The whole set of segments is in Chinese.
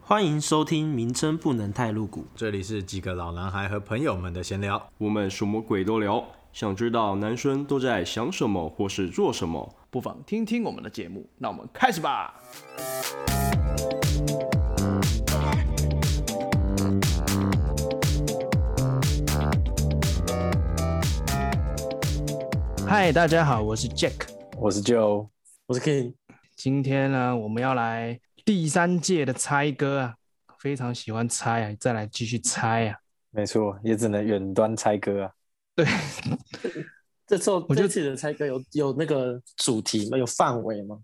欢迎收听，名称不能太露骨。这里是几个老男孩和朋友们的闲聊，我们什么鬼都聊，想知道男生都在想什么或是做什么。不妨听听我们的节目。那我们开始吧。嗨，大家好，我是 Jack。我是 Joe，我是 King，今天呢，我们要来第三届的猜歌啊，非常喜欢猜啊，再来继续猜啊。没错，也只能远端猜歌啊。对，这时候我觉得这次的猜歌有有那个主题吗？有范围吗？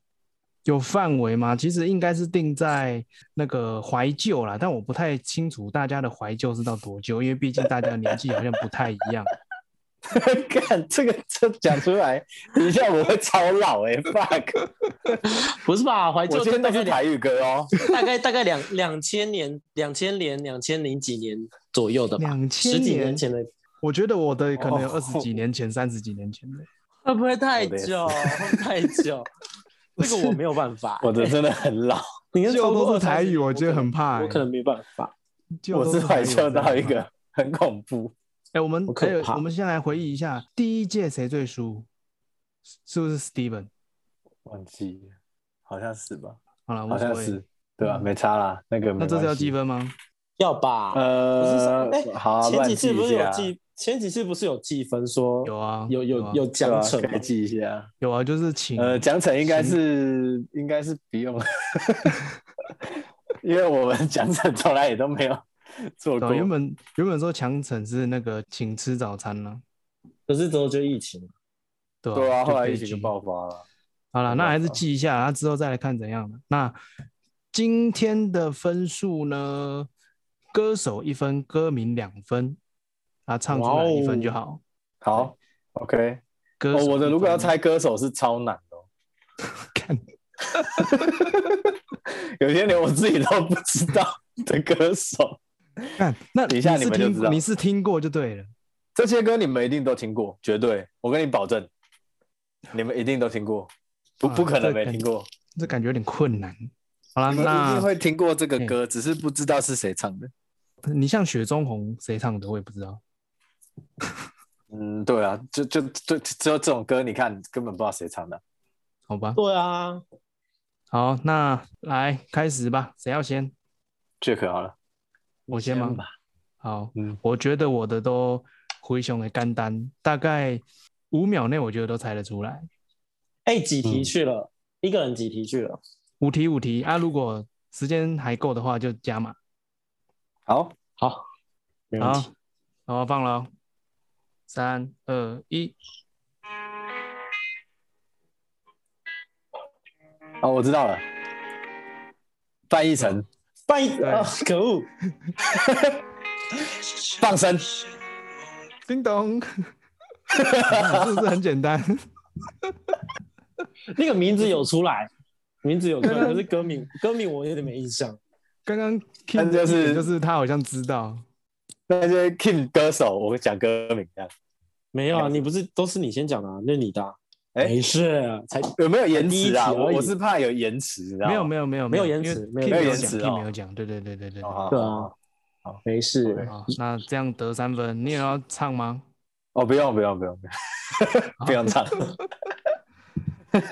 有范围吗？其实应该是定在那个怀旧啦，但我不太清楚大家的怀旧是到多久，因为毕竟大家的年纪好像不太一样。看这个这讲出来，等一下我会 超老哎、fuck！ 不是吧？怀旧我今天大都概是两台语歌哦。大概大概两两千年、两千年、两千零几年左右的吧， 2000十几年年前的，我觉得我的可能有哦二十几年前、三十几年前的。会不会太我的也是久？会不会太 久，这个我没有办法。我 的真的很老，你看超旧过都是20台语，我觉得很怕欸、我可能没办法。旧我都是怀语旧我真的到很一怕个 很恐怖。哎、我们好哎可怕我们先来回忆一下，第一届谁最输？是是不是 Steven？忘记了，好像是吧？好了，好无所像谓是。，对吧、啊嗯没差啦，那个没那这是要关系积。分吗？要吧？呃不是，哎好啊，前乱几记次不一是有下，记，前几次不是有记分说有啊，有啊有对有吧奖惩吗可以记一下。有啊，就是请呃，奖惩应该是应该是不用， 因为我们奖惩从来也都没有做对过啊。原本原本说强惩是那个请吃早餐啦，可是之后就疫情，对吧、对啊，就后来可以疫情就记爆发了。好了，就那爆还是发记一下，那之后再来看怎样了。那今天的分数呢？歌手一分，歌名两分，啊，唱出哇来哦一分就好。好，OK。歌哦，手我的一如果要分猜歌手是超难的哦，看，有些连我自己都不知道的歌手，看，那等一下是你们就听知过道你是听过就对了。这些歌你们一定都听过，绝对，我跟你保证，你们一定都听过，不啊不可能这没肯听过，这感觉有点困难。好啦，你们一定那会听过这个嗯歌，只是不知道是谁唱的。你像雪中红谁唱的我也不知道。嗯，对啊，就就就只有这种歌，你看根本不知道谁唱的。好吧，对啊，好，那来开始吧，谁要先？ Jack 好了，我先吗？好，嗯我觉得我的都灰熊的干单，大概五秒内我觉得都猜得出来。哎，几题嗯去了，一个人几题去了，五题五题啊，如果时间还够的话就加码。好，好，没问好题。，然后放了哦，三二一，哦，我知道了，范逸臣嗯半一对啊，可恶，放生，叮咚， 是不是很简单？那个名字有出来，名字有出来，可是歌名歌名我有点没印象。刚刚 King 就是的一点就是他好像知道，那些 Kim 歌手，我讲歌名这样。没有啊，你不是都是你先讲的、啊，那是你的、啊。哎没事，才有没有延第一迟啊？题而我已我是怕有延迟，你知道没有吗没有没有没有有延因为迟啊 King 没没有有延讲迟，King 哦没有讲，对对对对对哦对。好对好啊好，没事 OK。好，那这样得三分，你也要唱 吗？哦，不用不用不用不 用，不用唱。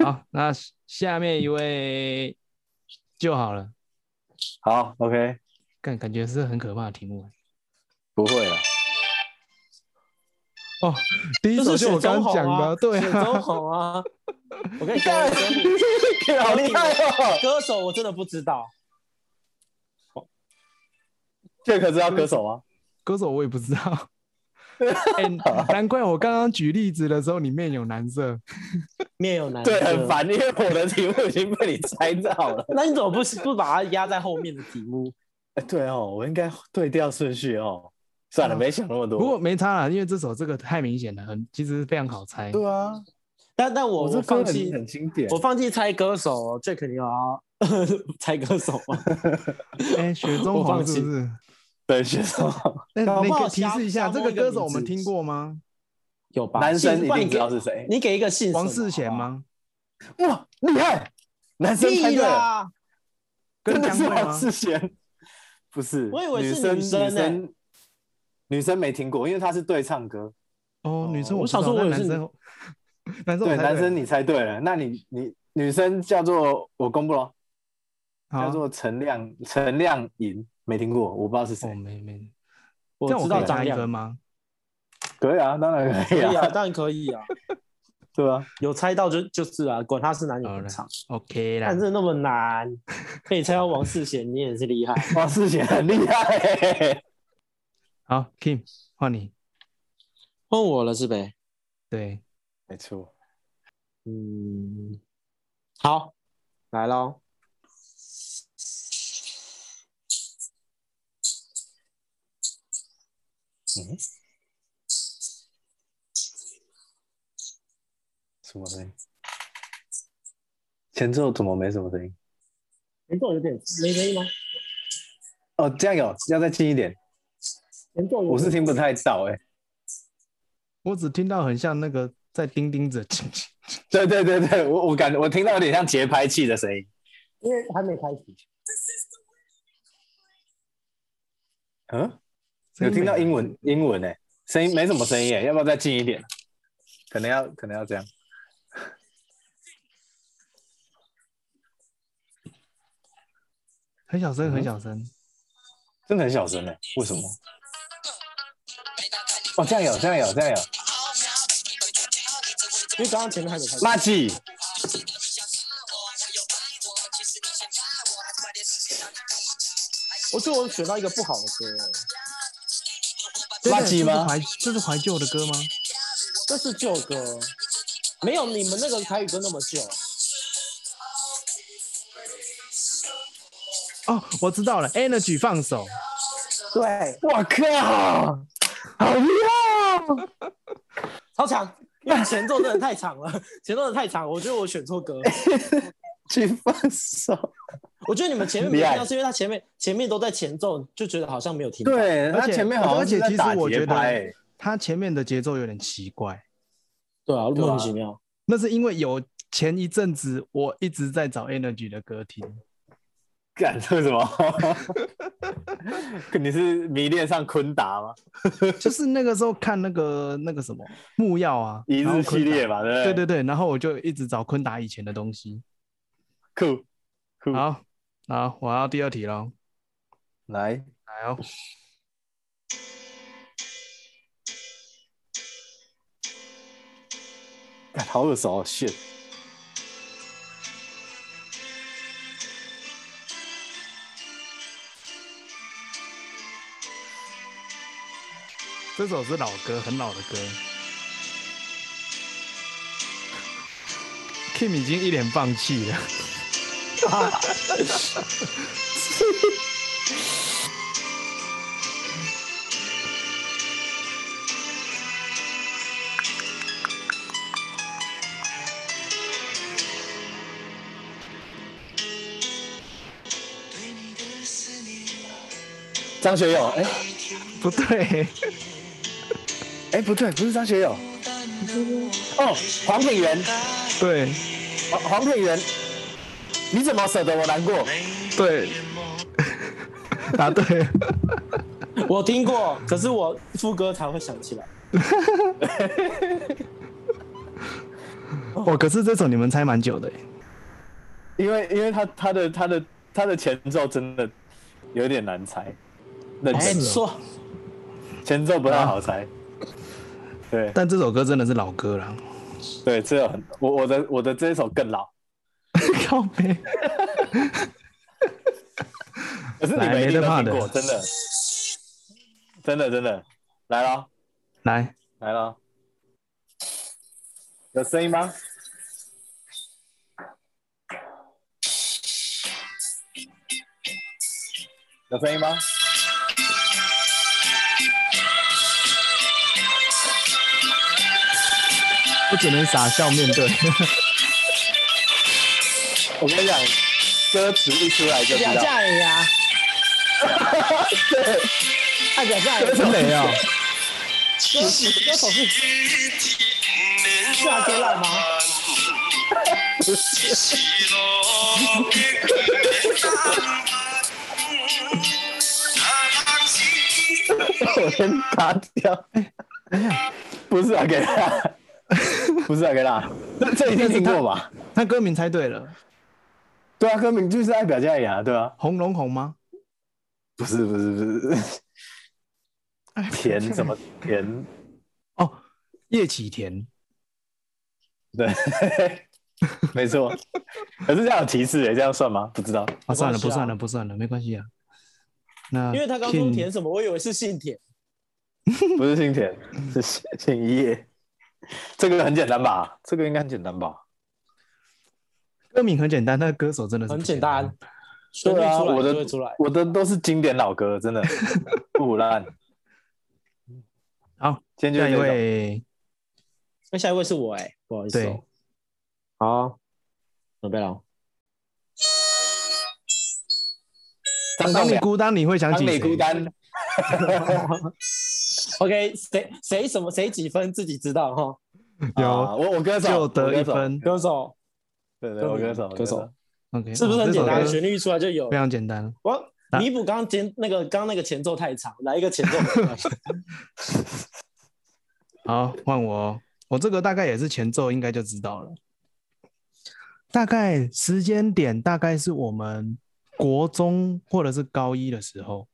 好，那下面一位就好了。好，OK，感感觉是很可怕的题目不会了。哦。第一首就是我刚刚讲的，对啊雪中啊，红啊。我跟你说，歌 名好厉害哦！歌手我真的不知道，杰克知道歌手吗？ 歌手我也不知 道。哎、难怪我刚刚举例子的时候，里面有蓝色。面有 难。对，很。烦，因为我的题目已经被你猜到了。那你怎么不不把它压在后面的题目？ 哎，对哦，我应该对调顺序哦。算了，啊没想那么多。不过没差啦，因为这首这个太明显了，很其实非常好猜。对啊，但但我我这我歌放很弃，很经典我。放弃猜歌手、哦。最肯定要 猜歌手吗？哎、雪中我红放是不是？对，学生，那那搞不你好可以提示一下，瞎这瞎个摸一个歌手我们名字听过吗？有吧？男生姓一不然定你知道给是啊谁。你给一个姓什么王世贤？好不好吗？哇，厉害！男生猜屁对了，啦！跟真的江是蕙王吗？世贤。不是，我以为女是生女生欸生女生没听过，因为她是对唱歌。哦，女生我我想不知说道我但也是男生，男 生我对，猜男生了你猜对了，那你你女生叫做我公布了，好啊叫做陈亮陈亮莹，没听过，我不知道是谁哦，。没没，我这样我知可道以啊张加一亮分吗？可以啊，当然可可以以啊，啊，当然可以啊，对啊，有猜到就就是啊，管他是男女好不嘞唱， ，OK 啦但，是那么 难，可以猜到王世贤，你也是厉害。王世贤很厉害欸。好，Kim 换你，问我了是呗？对，没错，嗯，好，来喽。什么声音？前奏怎么没什么声音？前奏有点没声音吗？哦，这样有，要再近一点，前奏有我是听不太到哎、我只听到很像那个在叮叮着，对对对对，我我感觉我听到有点像节拍器的声音，因为还没开始。嗯，有听到英文英文哎、声音没什么声音哎、要不要再近一点？可能要可能要这样。很小声，很嗯小声，真的很小声呢，欸为什么？哦，这样有，这样有，这样有。因为刚刚前面还没开始。垃圾，我觉得我选到一个不好的歌欸，真的垃圾这是吗怀这是怀旧的歌吗？这是旧歌，没有你们那个台语歌那么旧。哦，我知道了，Energy 放手，对，我靠，好厉害哦！超长，因为前奏真的太长了， 前奏真的太长，我觉得我选 错歌。请放手。我觉得你们前面没厉听害到，是因为他前面前面都在前奏，就觉得好像没有听到。对，而他且前面好像是而且在其打实我觉节得拍欸，它前面的节奏有点奇怪，对啊，莫名其妙。那是因为有前一阵子我一直在找 Energy 的歌听， 干为什么？ 你是迷恋上昆达吗？就是那个时候看那个那个什么木曜啊，一然后日系昆达列，嘛，对不对对？对对，然后我就一直找昆达以前的东西。对，酷酷。，好，好，我要第二题喽，来，来哦，干好耳熟哦，shit。这首是老歌，很老的歌。Kim 已经一脸放弃了，张学友，哎不对，哎，不对，不是张学友。哦，黄品源，对黄黄品源，你怎么舍得我难过？对， 答对了， 我听过，可是我副歌才会想起来。哦，可是这首你们猜蛮久的耶，因为因为他他的他的他的前奏真的有点难猜，认哎，真说错，哎前奏不太好哦猜。对但这首歌真的是老歌了，对，这个很我我的我的这一首更老，靠背，可是你来们一定没得怕的都听过，真的，真的真的来了来，来了，有声音吗？有声音吗？我只能傻笑面对，我跟你讲，歌词一出来就知表道。架人呀。啊对，表架人，真没有，歌歌手是是阿杰拉吗？我先卡掉。不是阿给啦，不是阿给啦，这这一定听过吧？他歌名猜对了，《对啊，歌名就是《爱表家里》啊，对啊，红龙红》吗？不是不是不是，哎田什么田？哦，叶启田。对，没错。可是这样有提示诶，这样算吗？不知道。啊，算了，不关系啊算了，不算了，没关系啊。那啊因为他刚骗说甜什么，我以为是姓甜。不是姓田，是姓姓叶。这个很简单吧？这个应该很简单吧？歌名很简单，但是歌手真的是很不简单，旋律对啊，出来我就的会出来。我的都是经典老歌，真的 不烂。好，今天下就一这种，位，那下一位是我哎，不好意思对哦，好，准备了哦。张当栋你梁，孤单，你会想当起你谁？孤单， OK，谁谁什么谁几分自己知道哈。啊有我我歌手就我得歌一手，分。歌手对对，我歌手歌手， OK，是不是哦很这简首单？歌旋律一出来就有非。常简单。我那弥补刚刚前那个刚刚那个前奏太长，来一 个前奏。好，换我哦，我这个大概也是前奏，应该就知道了。大概时间点大概是我们国中或者是高一的时候，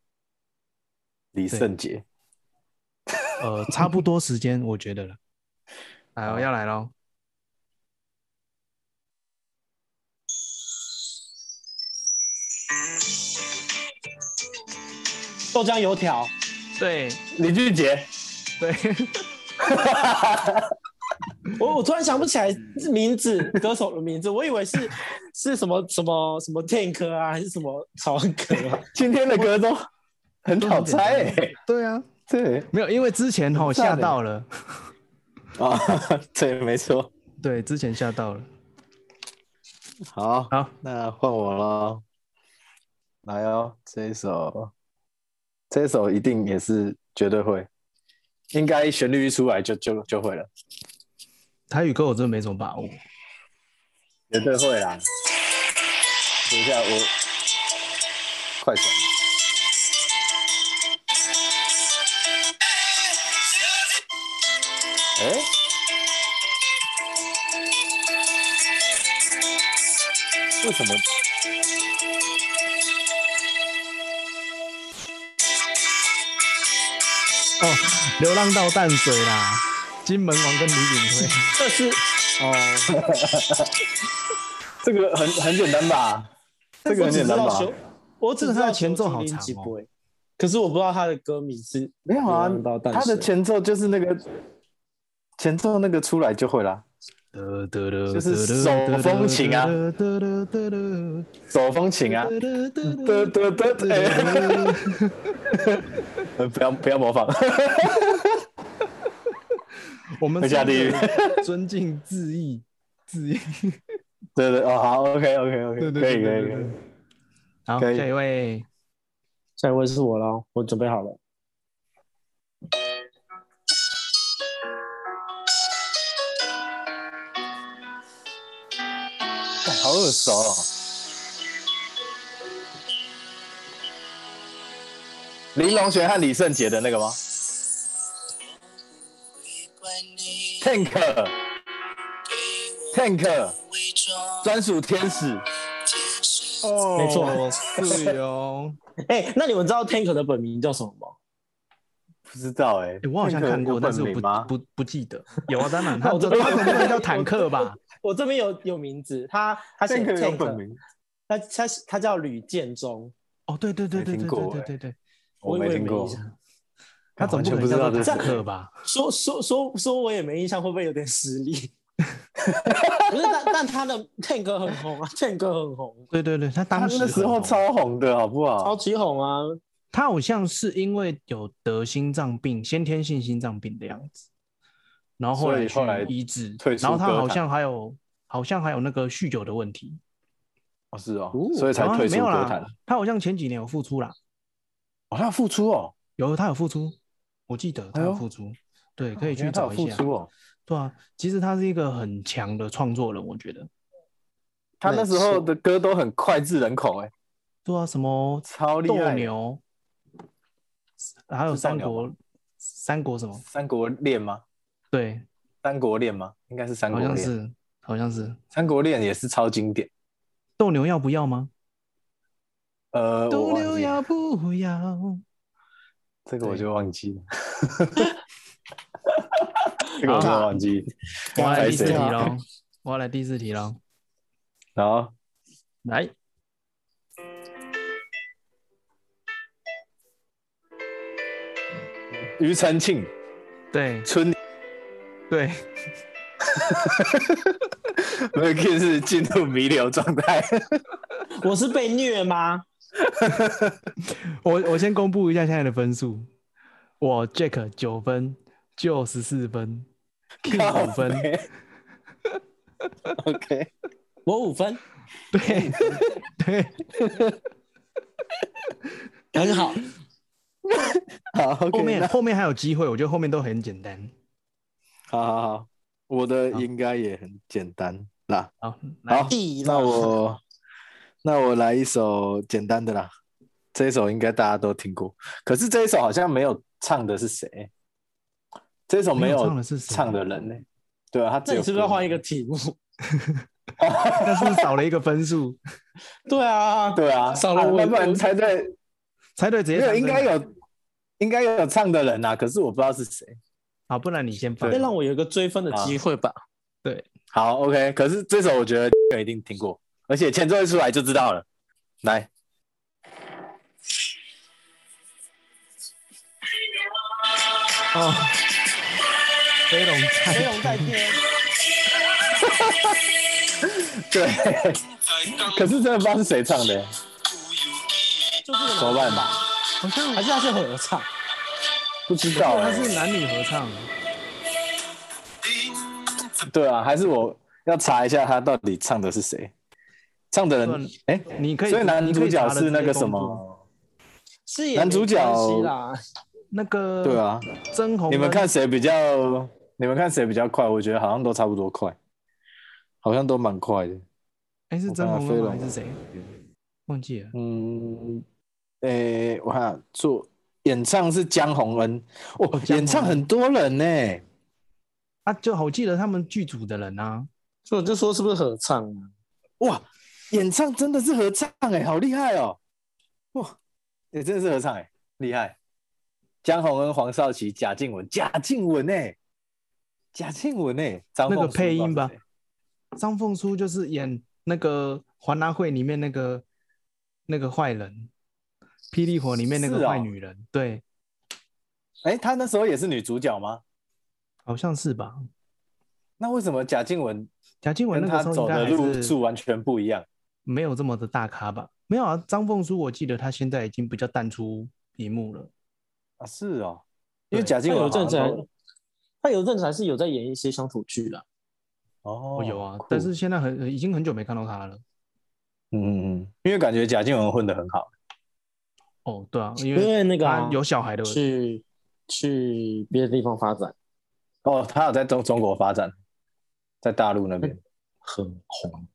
李圣杰，呃，差不多时间我觉得了。来，我要来喽。豆浆油条，对李俊杰，对，我我突然想不起来名字，歌手的名字，我以为是是什么什么什么 Tank 啊，还是什么曹格啊？今天的歌都很好猜诶，对啊，对没有，因为之前吼很赞吓欸到了， 啊，对，没错。对，之前吓到了。好，好，那换我喽。来哦，这一首，这一首一定也是绝对会，应该旋律一出来就就就会了，台语歌我真的没什么把握，绝对会啦。等一下我，快转。哎、为什么？哦，《流浪到淡水》啦，《金门王》跟李炳辉。这是哦，这个很很简单吧？这个我很只简知单道吧？熊，我只知这个它道的前奏好熊长麒哦麟几波欸可是我不知道他的歌名是没有啊流浪到，淡他的水前奏就是那个前奏那个出来就会啦，就是手风琴啊手风琴啊，得得得，哎， 不要不要模仿， 我们会下地狱狱，尊敬致意，致意。对对哦，好，OK OK 对 OK，对对可以可对以对可以对，。 好，可以下一位，下一位是我喽，我准备好了。干好耳熟哦，林隆璇和李圣杰的那个吗？Tank Tank 专属天使，哦没错是哦。哎、那你们知道 Tank 的本名叫什么吗？不知道哎诶，我好像 Tank 看过，有但是本我不名吗？不不记得。 有啊，当然，他我这这边他这个叫坦克 吧？我这边有有名字，他他写 Tank 有 Tank，本名，他他他叫吕建中，哦，对对对对没对听过对欸对对对，我没听过我以为没印。象他总不可完全不能知道叫做这是坦克吧？说说说说我也没印象，会不会有点失 礼？不是，但但他的 Tank 很红啊，Tank 很红，对对对，他他当时那时很候红超红的好不超好？级红啊！他好像是因为有得心脏病，先天性心脏病的样子，然后后来所以后来去医治退，出然后他歌坛好像还有好像还有那个酗酒的问题，哦是哦哦，所以才然后退出啊没有歌坛啦。，他好像前几年有复出啦，哦，他有付出哦，有他有复出，我记得他哎有呦复出，对，可以原去来他有找一付下。出哦。对啊，其实他是一个很强的创作人，我觉得。他那时候的歌都很脍炙人口，哎，对啊，什么超厉斗害。牛，还有是放三鸟吗国，三国什么？三国恋吗？对，三国恋吗？应该是三好国像恋。是，好像是。三国恋也是超经典。斗牛要不要吗？呃，我斗忘牛记了要不要？这个我对就忘记了。这个我真的忘记。我要来第四题谁啊喽！我要来第四题喽！然后来，庾澄庆、对春对，没有 K 是进入弥留状 态。我是被虐吗？我我先公布一下现在的分数，我 Jack 九分，九十四分，King 五分， OK，我五分，对对，很好。 好，OK，后面那后面还有机会，我觉得后面都很简单。好好好，我的应该也很简单啦。好，来好，地那我那我来一首简单的啦，这一首应该大家都听过，可是这一首好像没有唱的是谁，这一首没没有有唱的是谁唱的人呢、对啊，他只那有你是不是要歌换一个题目？ 但是少了一个分数，对啊，对啊，少了啊我那不然我猜对，猜对直没接有上应该升有应该有唱的人啊，可是我不知道是谁。好，不然你先放再。让我有一个追分的啊机会吧。好，OK，可是这首我觉得一定听过，而且前奏一出来就知道了。来，哦，飞龙在飞龙在天，对， 可是真的不知道是谁唱的、就是怎么办？好像还是他是合唱？不知道、它欸，是男女合唱，对啊，还是我要查一下他到底唱的是谁，唱的算了人，哎、啊你可以所以男你可主以查角的是那直接个什公布么？是也男主角没关系啦，那个对啊，曾红，你们看谁比较？你们看谁比较快？我觉得好像都差不多快，好像都蛮快的。哎是我曾看红飞恩吗龙啊还是谁？忘记了，嗯，诶、我看啊做演唱是江宏恩，哦，哦江演唱宏恩很多人呢、啊，就好记得他们剧组的人啊，所以我就说是不是合唱啊？哇，演唱真的是合唱哎、好厉害哦！哇，也、真的是合唱哎、厉害！江宏恩、黄少祺、贾静雯，贾静雯哎、贾静雯哎、张那个凤书配音不知吧道是谁张凤书就是演那个《环拉会》里面那个那个坏人，《霹雳火》里面那是个哦坏女人，对，哎、她那时候也是女主角吗？好像是吧？那为什么贾静雯贾静雯跟那她个时候应走的该路还数啊是完全不一样？没有这么的大咖吧？没有啊，张凤书我记得她现在已经比较淡出荧幕了。啊，是哦，因为对贾他静雯哎有好像阵子还都，他有阵子还是有在演一些乡土剧啦。哦哦，有啊酷，但是现在很已经很久没看到她了。嗯嗯嗯，因为感觉贾静雯混得很好，哦，对啊，因因为那个啊她有小孩的，去去别的地方发展哦，她有在中中国发展，在大陆那边很红，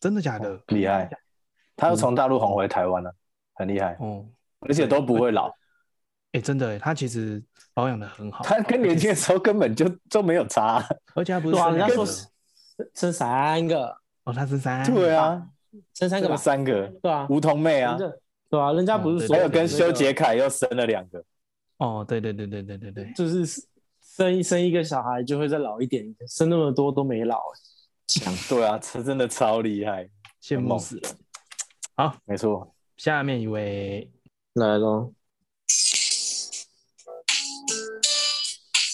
真的假的？哦厉害，她又从大陆红回台湾了，啊很厉害，哦，而且都不会老，哎，真的耶，她其实保养的很好，她跟年轻的时候根本就 都没有差，而且她不是对啊，生人家两说个是生三个，哦，她生三，对啊，生三这个吧个，三个对啊，梧桐妹啊人，家对啊，人家不是嗯说还有对跟对修杰楷又生了两个，哦，对对对对对对对，就是生一生一个小孩就会再老一点，生那么多都没老，欸强。对啊，这真的超厉害，羡慕梦死了。没错，下面一位来咯，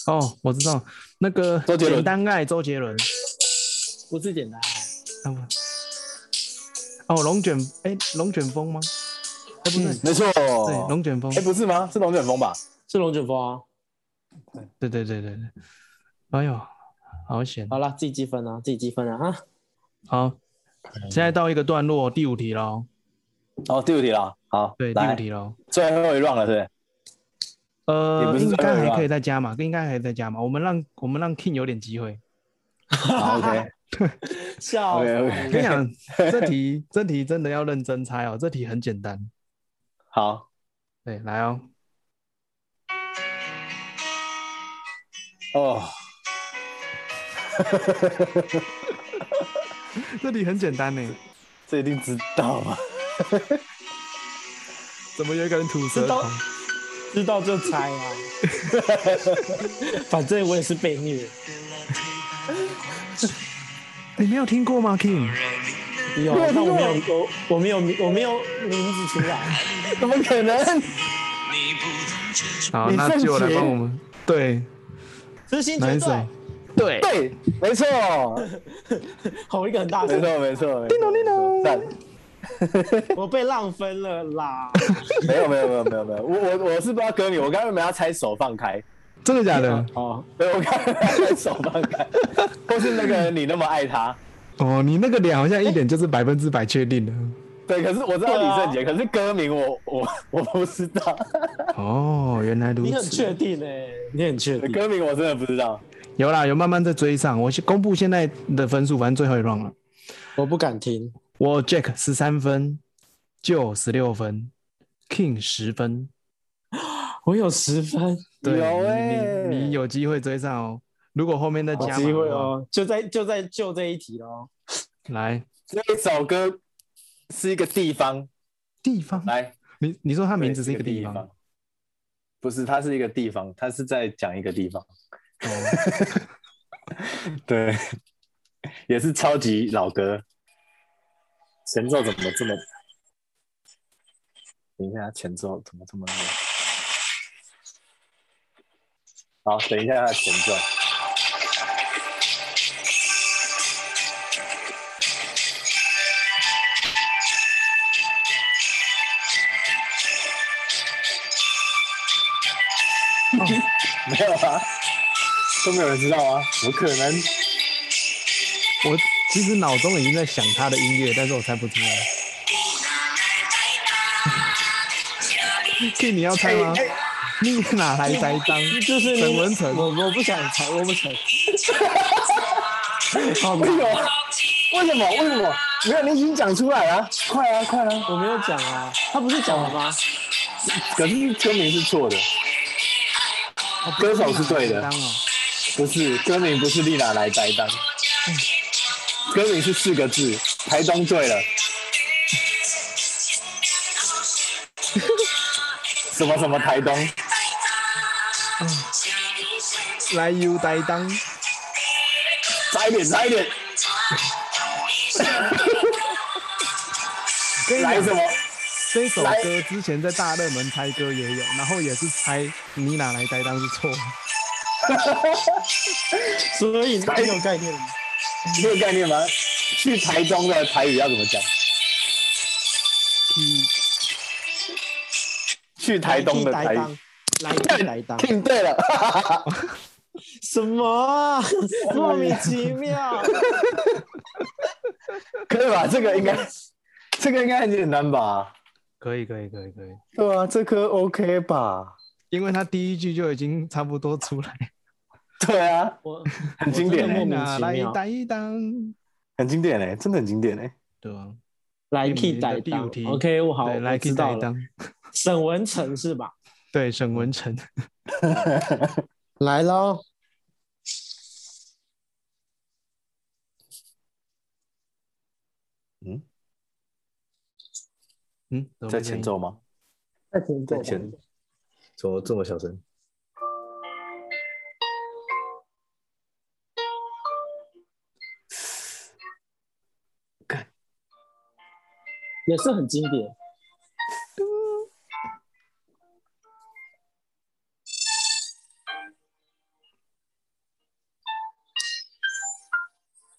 哦，我知道那个周杰伦简单爱周杰伦，不是简单，啊不哦，龙卷哎，龙卷风吗？哎，不对，没错，对，龙卷风，哎，不是吗？是龙卷风吧？是龙卷风啊。对对对对对，哎呦，好险！好啦，自己积分啊，自己积分啊哈。好，现在到一个段落，第五题喽，哦，第五题了，好，对，第五来，题喽，最后一 round 了，是不是？也呃不，是应该最后还啦可以再加嘛，应该还可以再加嘛，我们让我们让 King 有点机 会。好，OK，笑 OK，OK 跟你讲，这题这题真的要认真猜哦，这题很简单。好， 对，来哦，哦，这里很简单呢，这一定知道啊。怎么有一个人吐舌 知道头？知道就猜啊。反正我也是被虐，你没有听过吗，Kim？有，啊但我没有，我我没有，我没有名字出来。怎么可能？好，李那圣就来杰帮我们。对，知心哪绝一首对，？对，对，没错，吼一个很大没声，错，没错。叮咚叮咚，赞我被浪分了啦。没有没有没有没有没有，我我我是不知道歌名，我刚刚没有要猜手放开，真的假的？哦，对我刚刚没有要猜手放开，或是那个你那么爱他，哦，你那个脸好像一点就是百分之百确定的。对，可是我知道对李啊圣杰，可是歌名我我我不知道，哦，原来如你很此。确定哎，你很确定。歌名我真的不知道。有啦，有慢慢在追上。我先公布现在的分数，反正最后一 round 了。我不敢听。我 Jack 十三分，Joe 十六分，King 十分。我有十分，对，有你欸你你有机会追上哦。如果后面再有加码机会的话，哦，就在就在就这一题哦。来这一首歌是一个地方，地方，来，你你说他它名字是一个地方，哦，不是，它是一个地方，它是在讲一个地方，哦对，也是超级老歌。前奏怎么这么？等一下，前奏怎么这么那个？好，等一下它的前奏。 没有啊，都没有人知道啊，有可能。我其实脑中已经在想他的音乐，但是我猜不出来。King，你要猜吗？哎你哪来栽赃？ 就是沈你文成我我不想猜，我 不想。好吧，为什么？哎为什么？为什么？没有，你已经讲出来了，快啊，快啊！我没有讲啊，他不是讲了吗？可是歌名是错的，歌手是对当的，哦，不是歌名不是丽娜来栽赃，歌名是四个字，台东对了。什么什么台东？来 U 栽赃，差一点，差一点，跟你来讲什么？这首歌之前在大热门猜歌也有，然后也是猜你哪来栽赃是错的。所以你有概念吗？你有概念吗？去台东的台语要怎么讲？去台东的台语。来地来 当，听对了，什么啊莫名其妙？可以 吧？这个应该，这个应该很简单吧？可以，可以，可以，可以，对啊，这颗 OK 吧？因为他第一句就已经差不多出来。对啊， 我很经典、我真的欸，莫名哪其来妙。栽赃？很经典哎、真的很经典哎、对吧？来替代第五题 OK，我好，对，我来知 King 道栽了赃。。沈文成是吧？对，沈文成。来喽，嗯，怎么在没声前音。奏吗？在前在前，怎么这么小声？也是很经典。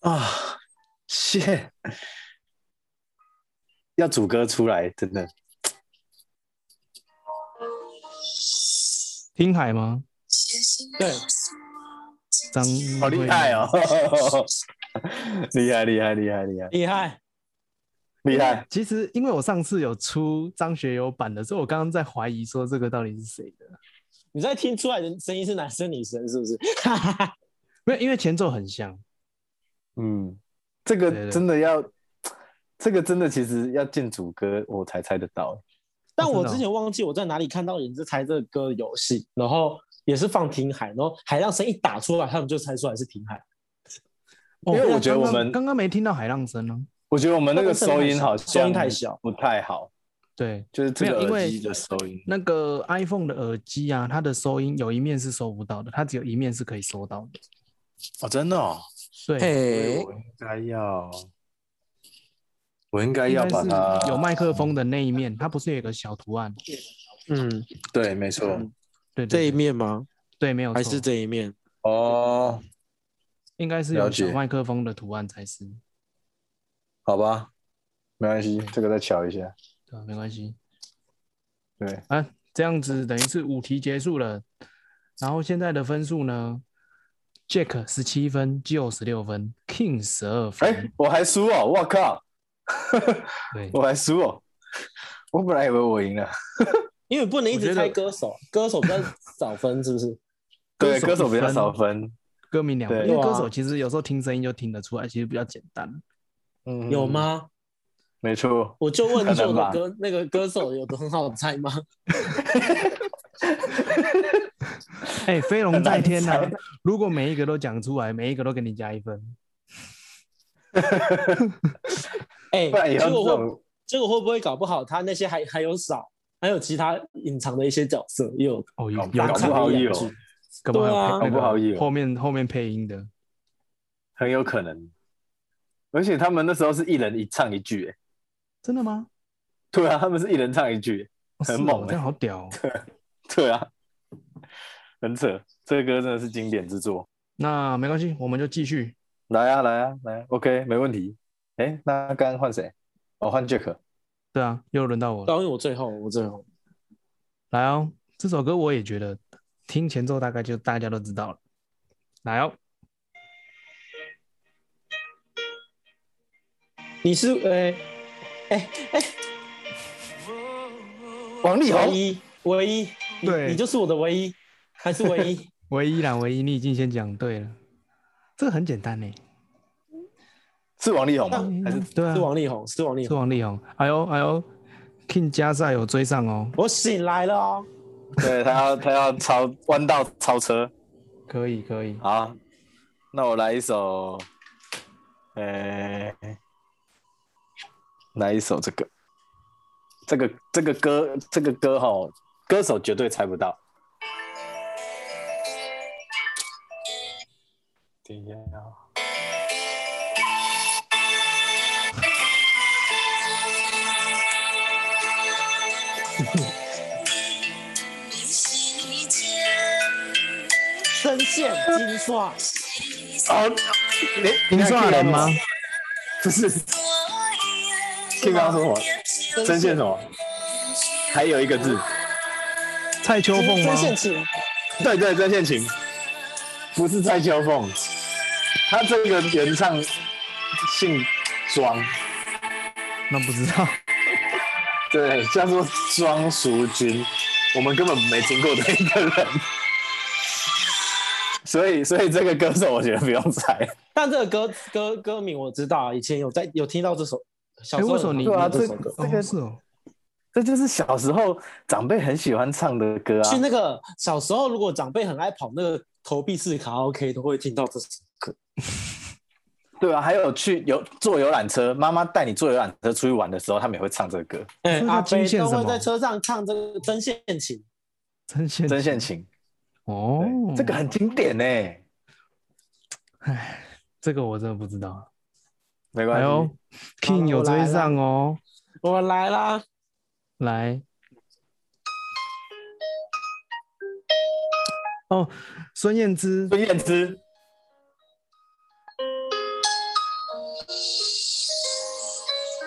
啊，谢，要主歌出来，真的听海吗？对，张好厉害哦！厉害厉害厉害厉害厉害。厉害！其实，因为我上次有出张学友版的，所以我刚刚在怀疑说这个到底是谁的。你在听出来的声音是男生女生是哦不是？ 没有，因为前奏很像。嗯，这个对对真的要，这个真的其实要进主歌我才猜得到、欸但哦真我的哦之前忘记我在哪里看到有人在猜这个歌的游戏，然后也是放听海，然后海浪声一打出来，他们就猜出来是听海。因哦为我觉得我刚刚们刚刚没听到海浪声啊呢。我觉得我们那个收音好像收音太小不太好，对，就是这个没有因为耳机的收音。那个 iPhone 的耳机啊，它的收音有一面是收不到的，它只有一面是可以收到的。哦，真的哦，对，嘿，我应该要，我应该应要该把它是有麦克风的那一面，它不是有一个小图案？嗯，对，没错。嗯对，对这一对面吗？对没有错，还是这一面？哦，应该是了有解小麦克风的图案才是。好吧，没关系，这个再瞧一下。对啊，没关系。对，啊，这样子等于是五题结束了，然后现在的分数呢，Jack 十七分，Joe 十六分，King 十二哎、分。我还输哦，我靠，对， 我还输哦，我本来以为我赢了。因为不能一我直觉得猜歌手，歌手比较少分，是 不是？对，歌歌手手一比较分少分，歌名两分，对因为对啊歌手其实有时候听声音就听得出来，其实比较简单。嗯，有？吗？没错，我就问可能就吧的歌那个歌手有的很好猜吗？哎，飞龙在天呐、很难如果每一个都讲出来，每一个都给你加一分，哎、不然以结后这果会种结果会不会搞不好他那些还还有少，还有其他隐藏的一些角色也有哦，有搞有搞可不好有也有，干嘛对啊要配那搞不好也个有后面后面配音的？很有可能。而且他们那时候是一人一唱一句，哎，真的吗？对啊，他们是一人唱一句，哦很是哦猛欸这样好屌、哦。哎对啊，很扯，这个歌真的是经典之作。那没关系，我们就继续。来啊，来啊，来啊，OK，没问题。哎，那刚刚换谁？哦，换 Jack。对啊，又轮到我了。当然我最后我最后来哦，这首歌我也觉得听前奏大概就大家都知道了。来哦，你是哎哎哎王力唯宏，一唯一，你对你就是我的唯一，还是唯 一？唯一啦，唯一，你已经先讲对了，这个很简单呢。是王力宏吗？ 还是对啊，是王力宏，是王力是宏。王力宏。哎呦哎呦，King 加赛有追上哦，我醒来了哦，对他要他要超弯道超车？可以可以。好，那我来一首，呃，来一首这个，这个这个歌这个歌哈，歌手绝对猜不到。等一下哦，声线金刷，哦，你听错人吗？？不是，King 刚刚说什么？声线什么？还有一个字，蔡秋凤吗声？线琴，对对，曾宪琴，不是蔡秋凤，他这个原唱姓庄，那不知道。对，叫做庄淑君，我们根本没听过的一个人，所以所以这个歌手我觉得不用猜，但这个歌歌歌名我知道，以前有在有听到这首。小哎，时候为什么你有对啊听到这首歌？这个哦是哦？这就是小时候长辈很喜欢唱的歌啊去。那个小时候，如果长辈很爱跑那个投币式卡拉 OK，都会听到这首歌。对啊，还有去游坐游览车，妈妈带你坐游览车出去玩的时候，他们也会唱这个歌，哎、那它阿金飞线都什会么在车上唱这个针线琴。曾宪曾宪琴，哦对，，这个很经典呢、哎，这个我真的不知道。没哎关呦系。 ，King 有我来追了上哦，我来啦，来。哦，孙燕姿，孙燕姿，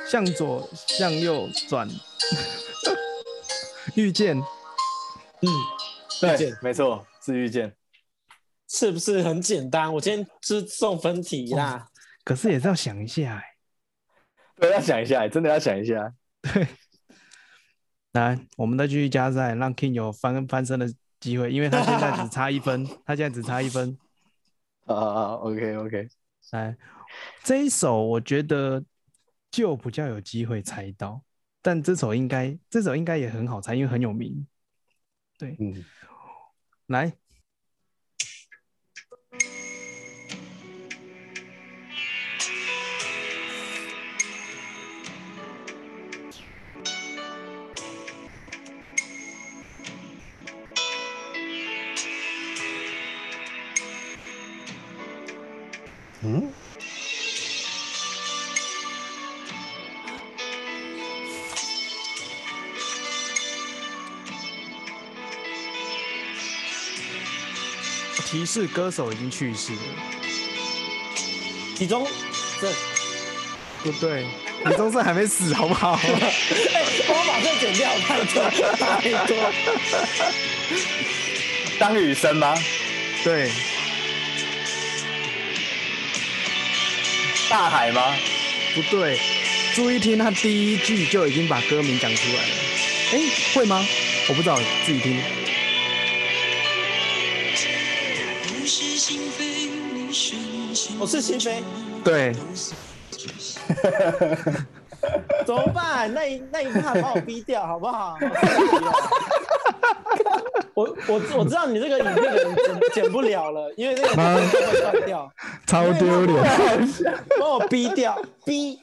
向左向右转， 遇见嗯，遇对见，没错，是遇见。是不是很简单？我今天是送分题啦，可是也是要想一下哎。对，要想一下，真的要想一下。来，我们再继续加赛，让 King 有翻翻身的机会，因为他现在只差一分，他现在只差一分。啊啊，OK OK，来，这一首我觉得就比较有机会猜到，但这首应该这首应该也很好猜，因为很有名。对，嗯，来，嗯，提示歌手已经去世了，其中这，不对，李宗盛还没死，好不 好？哎、我马上剪掉，太多太多。张雨生吗？对，大海吗？不对，注意听，他第一句就已经把歌名讲出来了。哎，会吗？我不知道，自己听。我是心扉，对，怎么办？那一那一趴把我逼掉，好不好？我我我知道你这个影片可能剪剪不了了，因为那个会断掉，超丢脸。把我逼掉，逼。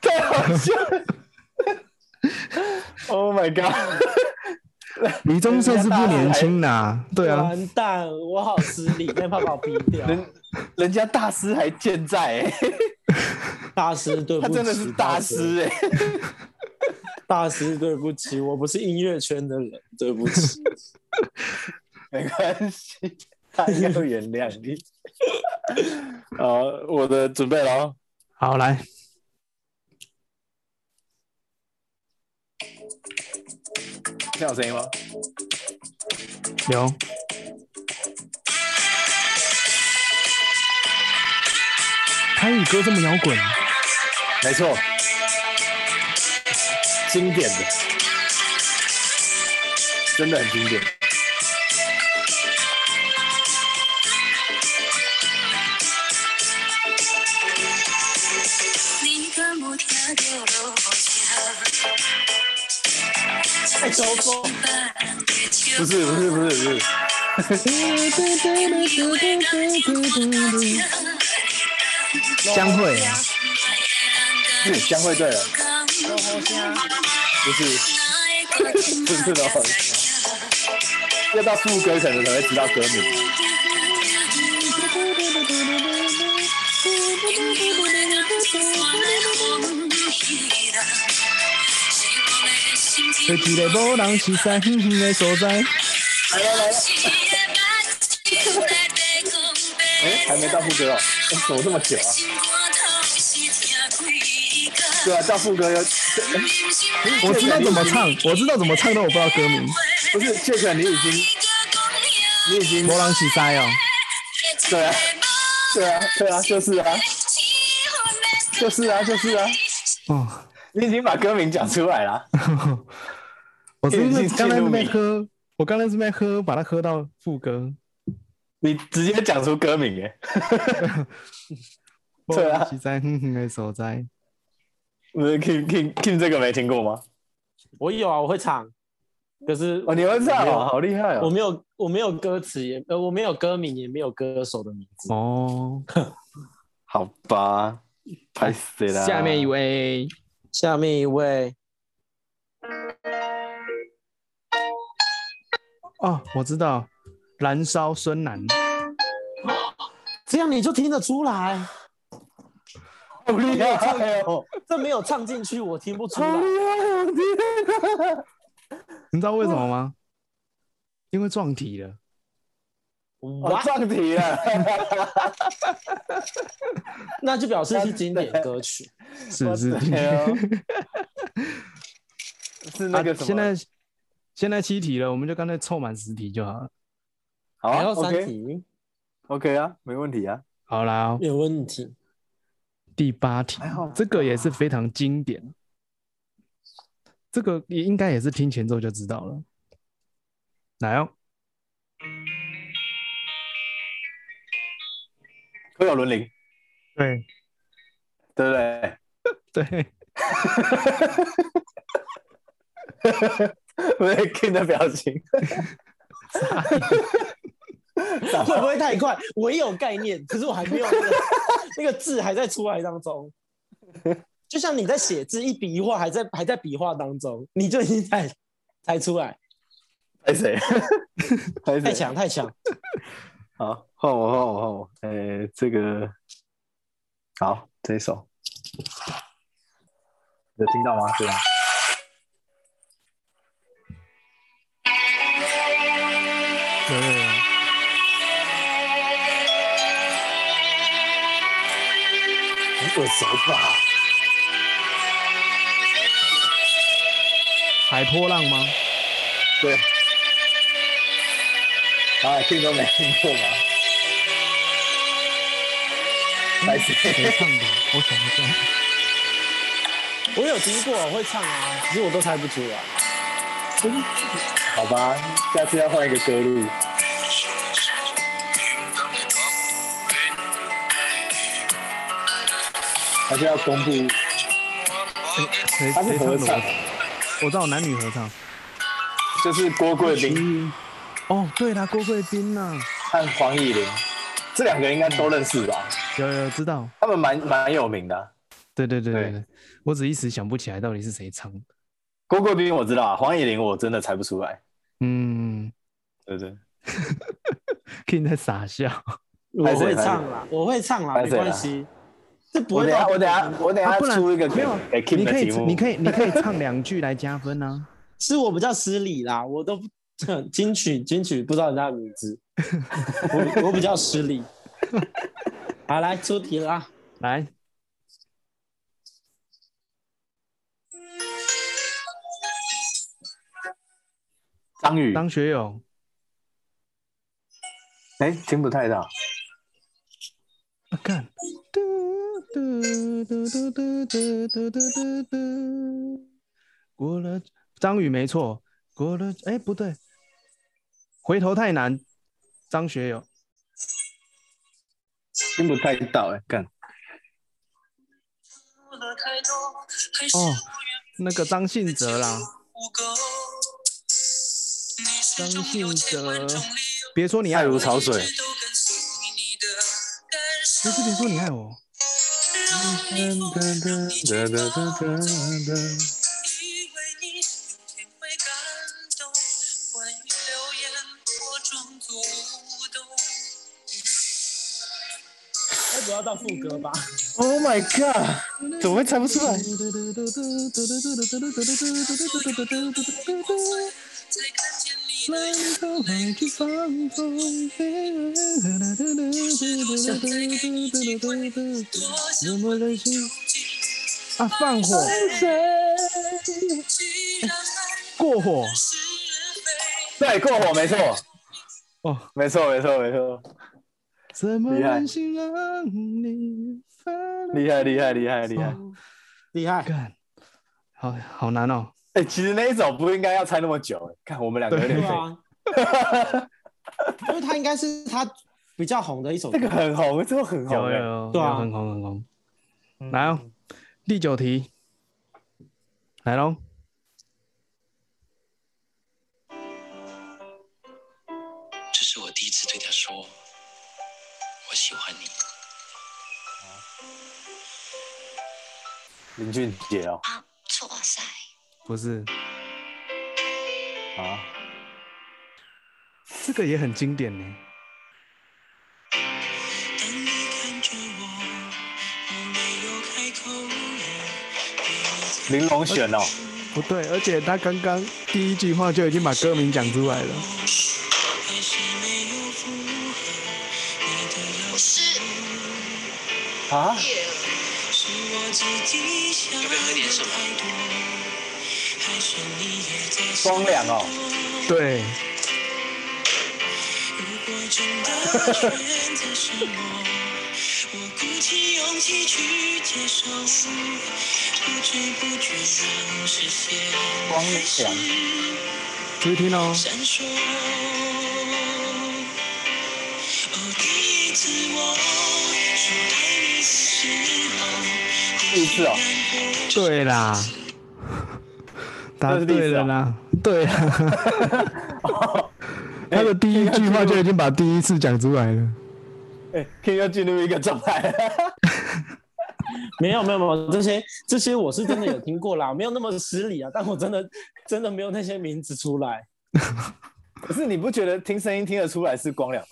太好笑了！Oh my god！ 李宗盛是不年轻啦、对啊，完蛋，我好失礼，那怕把我逼掉。人人家大师还健在、欸，大师对不他起，真的是大师哎、大师对不起，我不是音乐圈的人，对不起。没关系，他要原谅你。好，我的准备了哦。好来，这样有声音吗？有台语歌这么摇滚，没错，经典的，真的很经典。哎，周峰，不是不是不是不是，江蕙是江蕙对了，不是不是的，要到副歌可能才会知道歌名。对一个无人是在远远的所在，哎、还没到副歌哦，哎怎么这么久啊？对啊，到副歌要，我知道怎么唱， 我知道怎么唱，但我不知道歌名。不是 Jack，你已经你已经无人是在哦，对啊对啊对啊，就是啊就是啊就是啊，哦，你已经把歌名讲出来了。啊我是 因为刚才那进边入喝，我刚才是在喝，把它喝到副歌。你直接讲出歌名哎，无对啊人是在远远的所在，不是 Kim Kim Kim 这个没听过吗？我有啊，我会唱，可是哦，你会唱没有哦，好厉害我哦！没有，我没有歌词也，呃，我没有歌名，也没有歌手的名字。哦，好吧，拍死啦！下面一位，下面一位，哦，我知道，燃烧孙楠，这样你就听得出来， 好厉害哦！这没有唱进去，我听不出来。 哦你知道为什么吗？因为撞题了。我哇，撞题了，那就表示是经典歌曲。是是，对哦是那个什么？啊现在现在七题了，我们就干脆凑满十题就好了。好还啊要三，OK 题， OK 啊，没问题啊。好啦，有问 题。第八题还好，这个也是非常经典，这个也应该也是听前奏就知道了。来哦，会有轮铃，对对不对？ 对，我在 Kim 的表情，会不会太快？我也有概念，可是我还 没有那个那个字还在出来当中。就像你在写字，一笔一画还在还在笔画当中，你就已经猜猜出来，拍谁？ 拍太谁？强太强。好，换我，换我，换我。呃，这个好，这一首有听到吗？对吗？有有有。很耳熟吧？海波浪吗？对。啊，听都没听过吗？白痴，谁唱的？我想一下，我有听过，我会唱啊，只是我都猜不出来。好吧，下次要换一个歌路。还是要公布，谁他是谁唱 合的唱，我？我知道男女合唱。就是郭贵宾哦，对啦，郭啊贵宾呐、和黄以玲这两个应该都认识吧？有有有知道。他们蛮蛮有名的啊、对对对对对对，我只一时想不起来到底是谁唱的。郭贵宾我知道啊，黄以玲我真的猜不出来。嗯对对， ，King 在傻笑，我拍谁会唱啦，我会唱啦，拍没谁啦关系。这不我会等下到我等下我等啊下不然出一个没有啊给给 Kim 你可的以题目，你可以你可以唱两句来加分啊。是我比较失礼啦，我都不 金曲金曲不知道人家的名字，我我比较失礼。好，来出题啦， 来，张宇，张学友，哎，听不太到，啊干。嘟嘟嘟嘟嘟嘟嘟嘟嘟嘟，过了张宇没错，过了哎不对，回头太难，张学友。哦听不太到，哎，看，哦，那个张信哲啦，张信哲，别说你爱爱如我，潮水，不是别说你爱我，要不要到副歌吧？ Oh my god！怎么会猜不出来？啊，放火，过火，对，过火没错，哦，没错，没错，没错，怎么厉害忍心让你犯了厉害，厉害，厉害，厉害！哦厉害，干，好好难哦。哎，其实那一首不应该要猜那么久，哎看我们两个有点对废，啊， 因为他应该是他比较红的一首歌这个。很红，这个很红，有有哎有，对啊有很红很红。来哦，第九题，来喽。这是我第一次对他说我喜欢你。林俊杰哦，啊，错塞，不是，啊，这个也很经典呢。当你看着我，我没有开口玲珑选哦，不对，而且他刚刚第一句话就已经把歌名讲出来了。还是没有符合你的要不求，是啊，是我自己想要太多，还是你也在想光良哦，对，如果真的选择什么，我鼓起勇气去接受，不知不觉让视线光开始良注意听哦。闪烁。哦，第一次我说爱你的时候，第一次哦，对啦，答对了啦，对啦。他的第一句话就已经把第一次讲出来了。哎，King 又进入一个状态，没有没有没有，这些这些我是真的有听过啦，没有那么失礼啊，但我真的真的没有那些名字出来。可是你不觉得听声音听得出来是光良吗？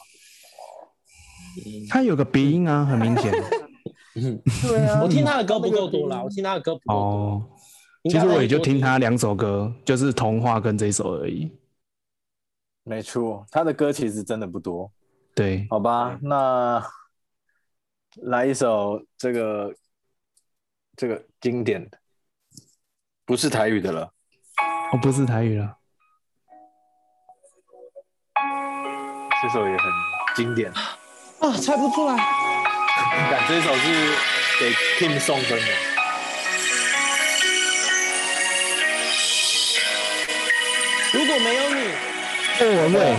他有个鼻音啊，很明显。对啊我听他的歌不够多啦，我听他的歌不够多。哦，应其该实再我也就多听他两首歌，就是《童话》跟这一首而已。没错，他的歌其实真的不多，对，好吧？那来一首这个这个经典的，不是台语的了。哦，不是台语了。这首也很经典，啊，猜不出来。感这首是给 Kim 送分的。如果没有你，莫文蔚，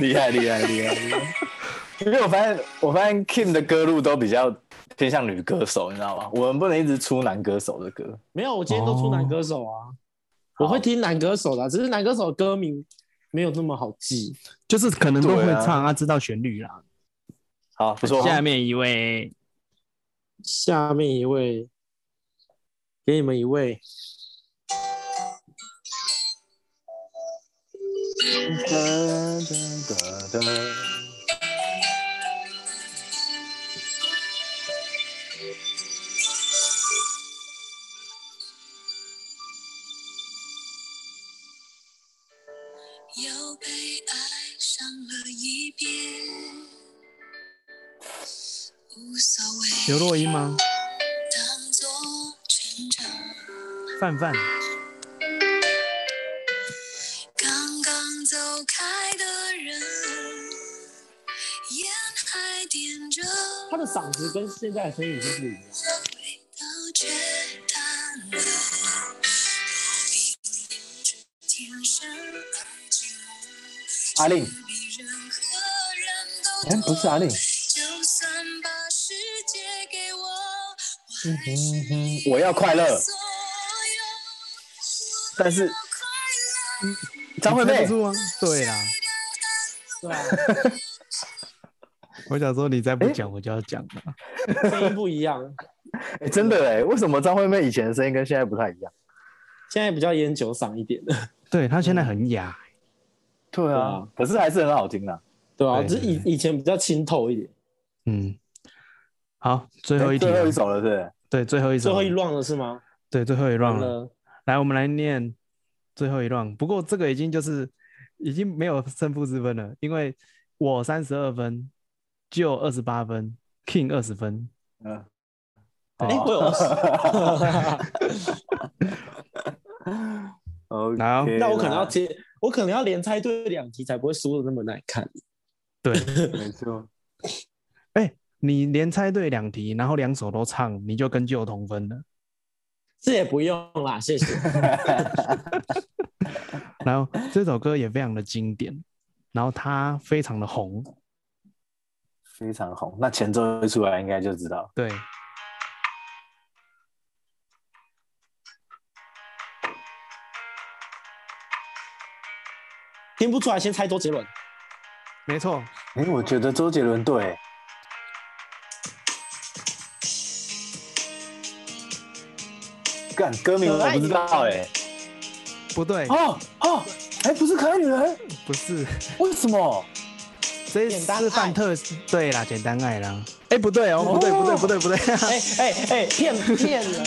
厉害厉害厉害！厉害因为我发现，我发现 Kim 的歌路都比较偏向女歌手，你知道吗？我们不能一直出男歌手的歌。没有，我今天都出男歌手啊。哦我会听男歌手的，啊只是男歌手的歌名没有那么好记。就是可能都会对啊唱，啊，知道旋律啦。好，不错。下面一位，下面一位，给你们一位，又被爱上了一遍，无所刘谓，若英吗？当作成长。范范，刚刚走开的人，烟还点着，他的嗓子跟现在的声音已经不一样。味道却淡了。何必明知天生爱寂寞，阿令是比任何哎人，都不是阿令，就算把世界给我，我还是我要快乐，所有。但是快嗯乐，张惠你猜妹不出吗？对啦，对啊， 我想说你再不讲我就要讲了。声音不一样，哎真的哎，为什么张惠妹以前的声音跟现在不太一样？现在比较烟酒嗓一点。对他现在很哑，对啊，可是还是很好听的。对啊，对就是以以前比较清透一点。嗯。好，最后哎一题啊最后了一，首了，是不是？对，最后一首，最后一，乱了是吗？对，最后一 round 完了。了，来，我们来念最后一 round。不过这个已经就是已经没有胜负之分了，因为我三十二分，就二十八分，King 二十分。嗯，哎，我有二哦 十， OK 然后那我可能要啦接，我可能要连猜对两题才不会输的那么难看。对，没错，哎、你连猜对两题，然后两首都唱，你就跟旧同分了。这也不用啦，谢谢。然后这首歌也非常的经典，然后它非常的红。 非常红。那前奏一出来，应该就知道。对，听不出来，先猜周杰伦。没错，哎，我觉得周杰伦对欸，干歌名我不知道哎。不对，哦哦，哎，不是可爱女人，不是，为什么？这简单是爱范特斯。对啦，简单爱啦。哎、不对哦，不对，不对，不对，不对。哎哎哎，骗骗人！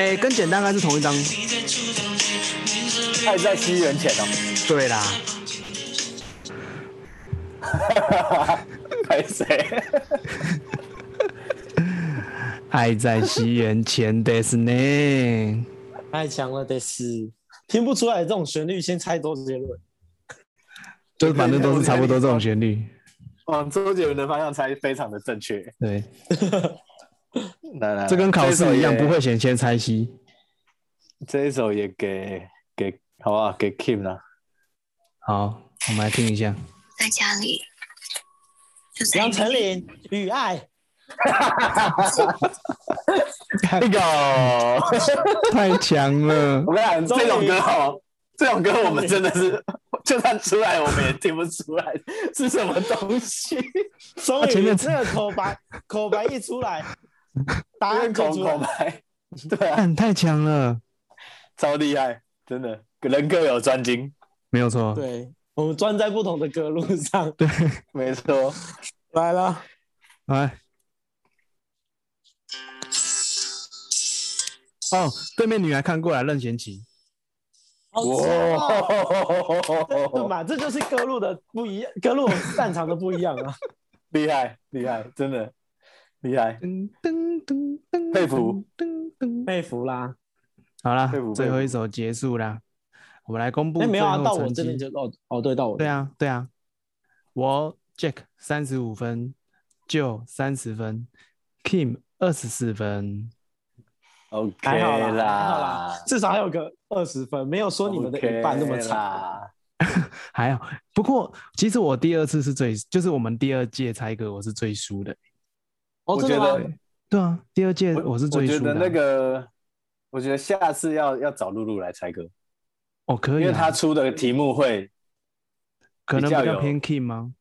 哎、跟简单爱是同一张。爱在西元前哦。对啦，拍谁？爱在西元前 d e s n y 太强了，得是听不出来这种旋律，先猜周杰伦。就是反正都是差不多这种旋律。往哦周杰伦的方向猜，非常的正确。对，来来，这跟考试一样，这首也不会选先猜西。这一首也给给，好不好？给 Kim 啦。好，我们来听一下。在家里，就杨丞琳《雨爱》， Bingo！太强了 我，跟你讲，终于这种歌哦，这种歌我们真的是， 就算出来我们也听不出来 是什么东西，终啊前于面这个口白口白一出来，答因为案就口出口来。白，对啊，干太强了，超厉害，真的人各有专精。没有错。对，我们专在不同的歌路上。没错，来了，来，哦，对面女孩看过来，任贤齐。哇， 对哦嘛？这就是歌路的不一样，歌路擅长的不一样啊。 厉害厉害，真的厉害，噔噔噔噔，佩服噔噔。噔 佩服啦！好啦佩服，最后佩服一首结束啦，我们来公布哎，最没有啊，后到我成这边绩。就哦哦，对，到我这对边，啊，对啊，我 Jack 三十五分，就三十分，Kim 二十四分。 ，OK 还好啦，啦，还好啦，至少还有个二十分，没有说你们的一半那么 OK 差。啦，还好，不过其实我第二次是最，就是我们第二届猜歌我是最输的。哦，我真的觉吗？得对啊，第二届我是最我觉输的啊。得那个，我觉得下次要要找露露来猜歌，哦，可以啊，因为她出的题目会可能比较比较有偏 Kim 吗？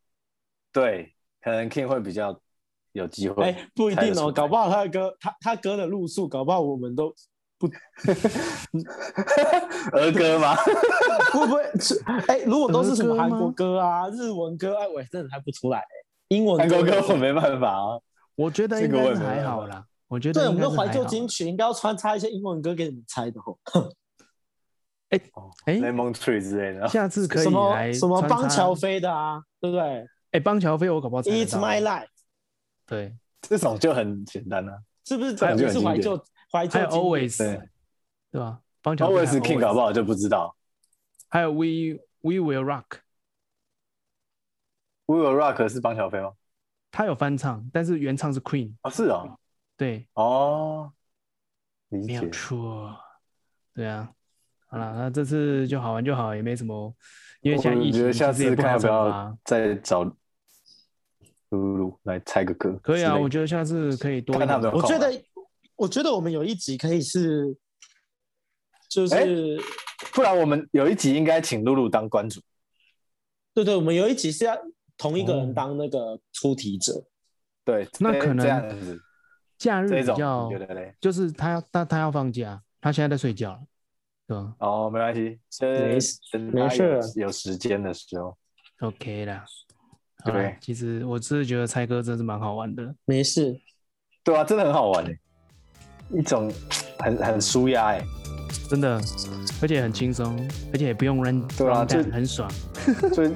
对，可能 King 会比较有机会。哎，不一定猜得出哦，来搞不好他的歌，他他歌的路数，搞不好我们都儿歌 吗？会不会是？哎， 如果都是什么儿歌韩国吗歌啊、日文歌，哎，我也真的猜不出来。哎英文韩国歌我我没办法啊。我觉得这应个我该也是没还办好法啦。我觉对得我应们该的是怀还旧好金曲应该要穿插一些英文歌给你们猜的哦。哎， Lemon Tree 之类的，下次可以什来么什么穿邦插乔飞的啊，对不对哎，邦乔飞我搞不好猜得？It's 到啊 My Life 对，这种就很简单了。是不是还整有个很是经怀典旧怀旧还有经典 Always 对对吧？邦乔飞，Always 还有 King 啊搞不好就不知道。还有 We We Will Rock， We Will Rock 是邦乔飞吗？他有翻唱，但是原唱是 Queen，哦，是哦，对，哦，理没解有。错，对啊。好了，那这次就好玩就好，也没什么，因为现在我疫觉情得下其实也次不看好要不惩罚要。再找露露来猜个歌之类的。可以啊，我觉得下次可以多一看他点们有我空觉吗得，我觉得我们有一集可以是，就是、哎不然我们有一集应该请露露当关主。对对，我们有一集是要同一个哦人当那个出题者。对，那这可能这样子，假日这比种较你觉得嘞？就是他要他他要放假，他现在在睡觉了，对吧哦，没关系，没这事等没他事啊有了有时间的时候， ？OK 啦，好啦对其实我真的觉得猜歌真是蛮好玩的，没事，对啊，真的很好玩诶，一种很很舒压欸诶，真的，而且很轻松，而且也不用 run，对啊 run 就 down，很爽。最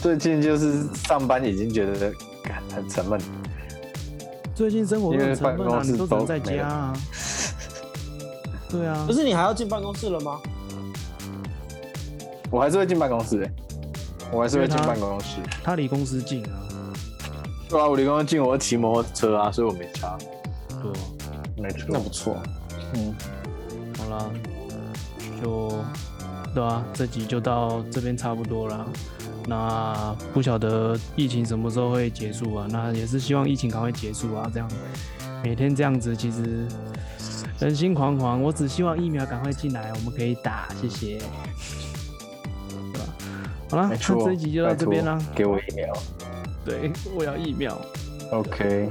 最近就是上班已经觉得干很沉闷，最近生活因都为很沉办闷啊，公室你都只能都在没家了啊。对啊不，是你还要进办公室了吗？我还是会进办公室诶，我还是会进因为他办公室。他离公司近啊，对啊，我离公司近，我骑摩托车啊，所以我没差。对哦。没错，那不错，好啦，就对啊，这集就到这边差不多啦。那不晓得疫情什么时候会结束啊？那也是希望疫情赶快结束啊，这样每天这样子其实人心惶惶。我只希望疫苗赶快进来，我们可以打，谢谢。对吧？好啦，没那错。这一集就到拜这边托啦。给我一秒。对，我要疫苗。 OK，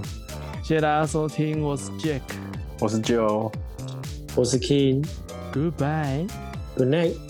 谢谢大家收听，我是 Jack，Goodbye。我是 Joe。我是 King，Good Goodbye night。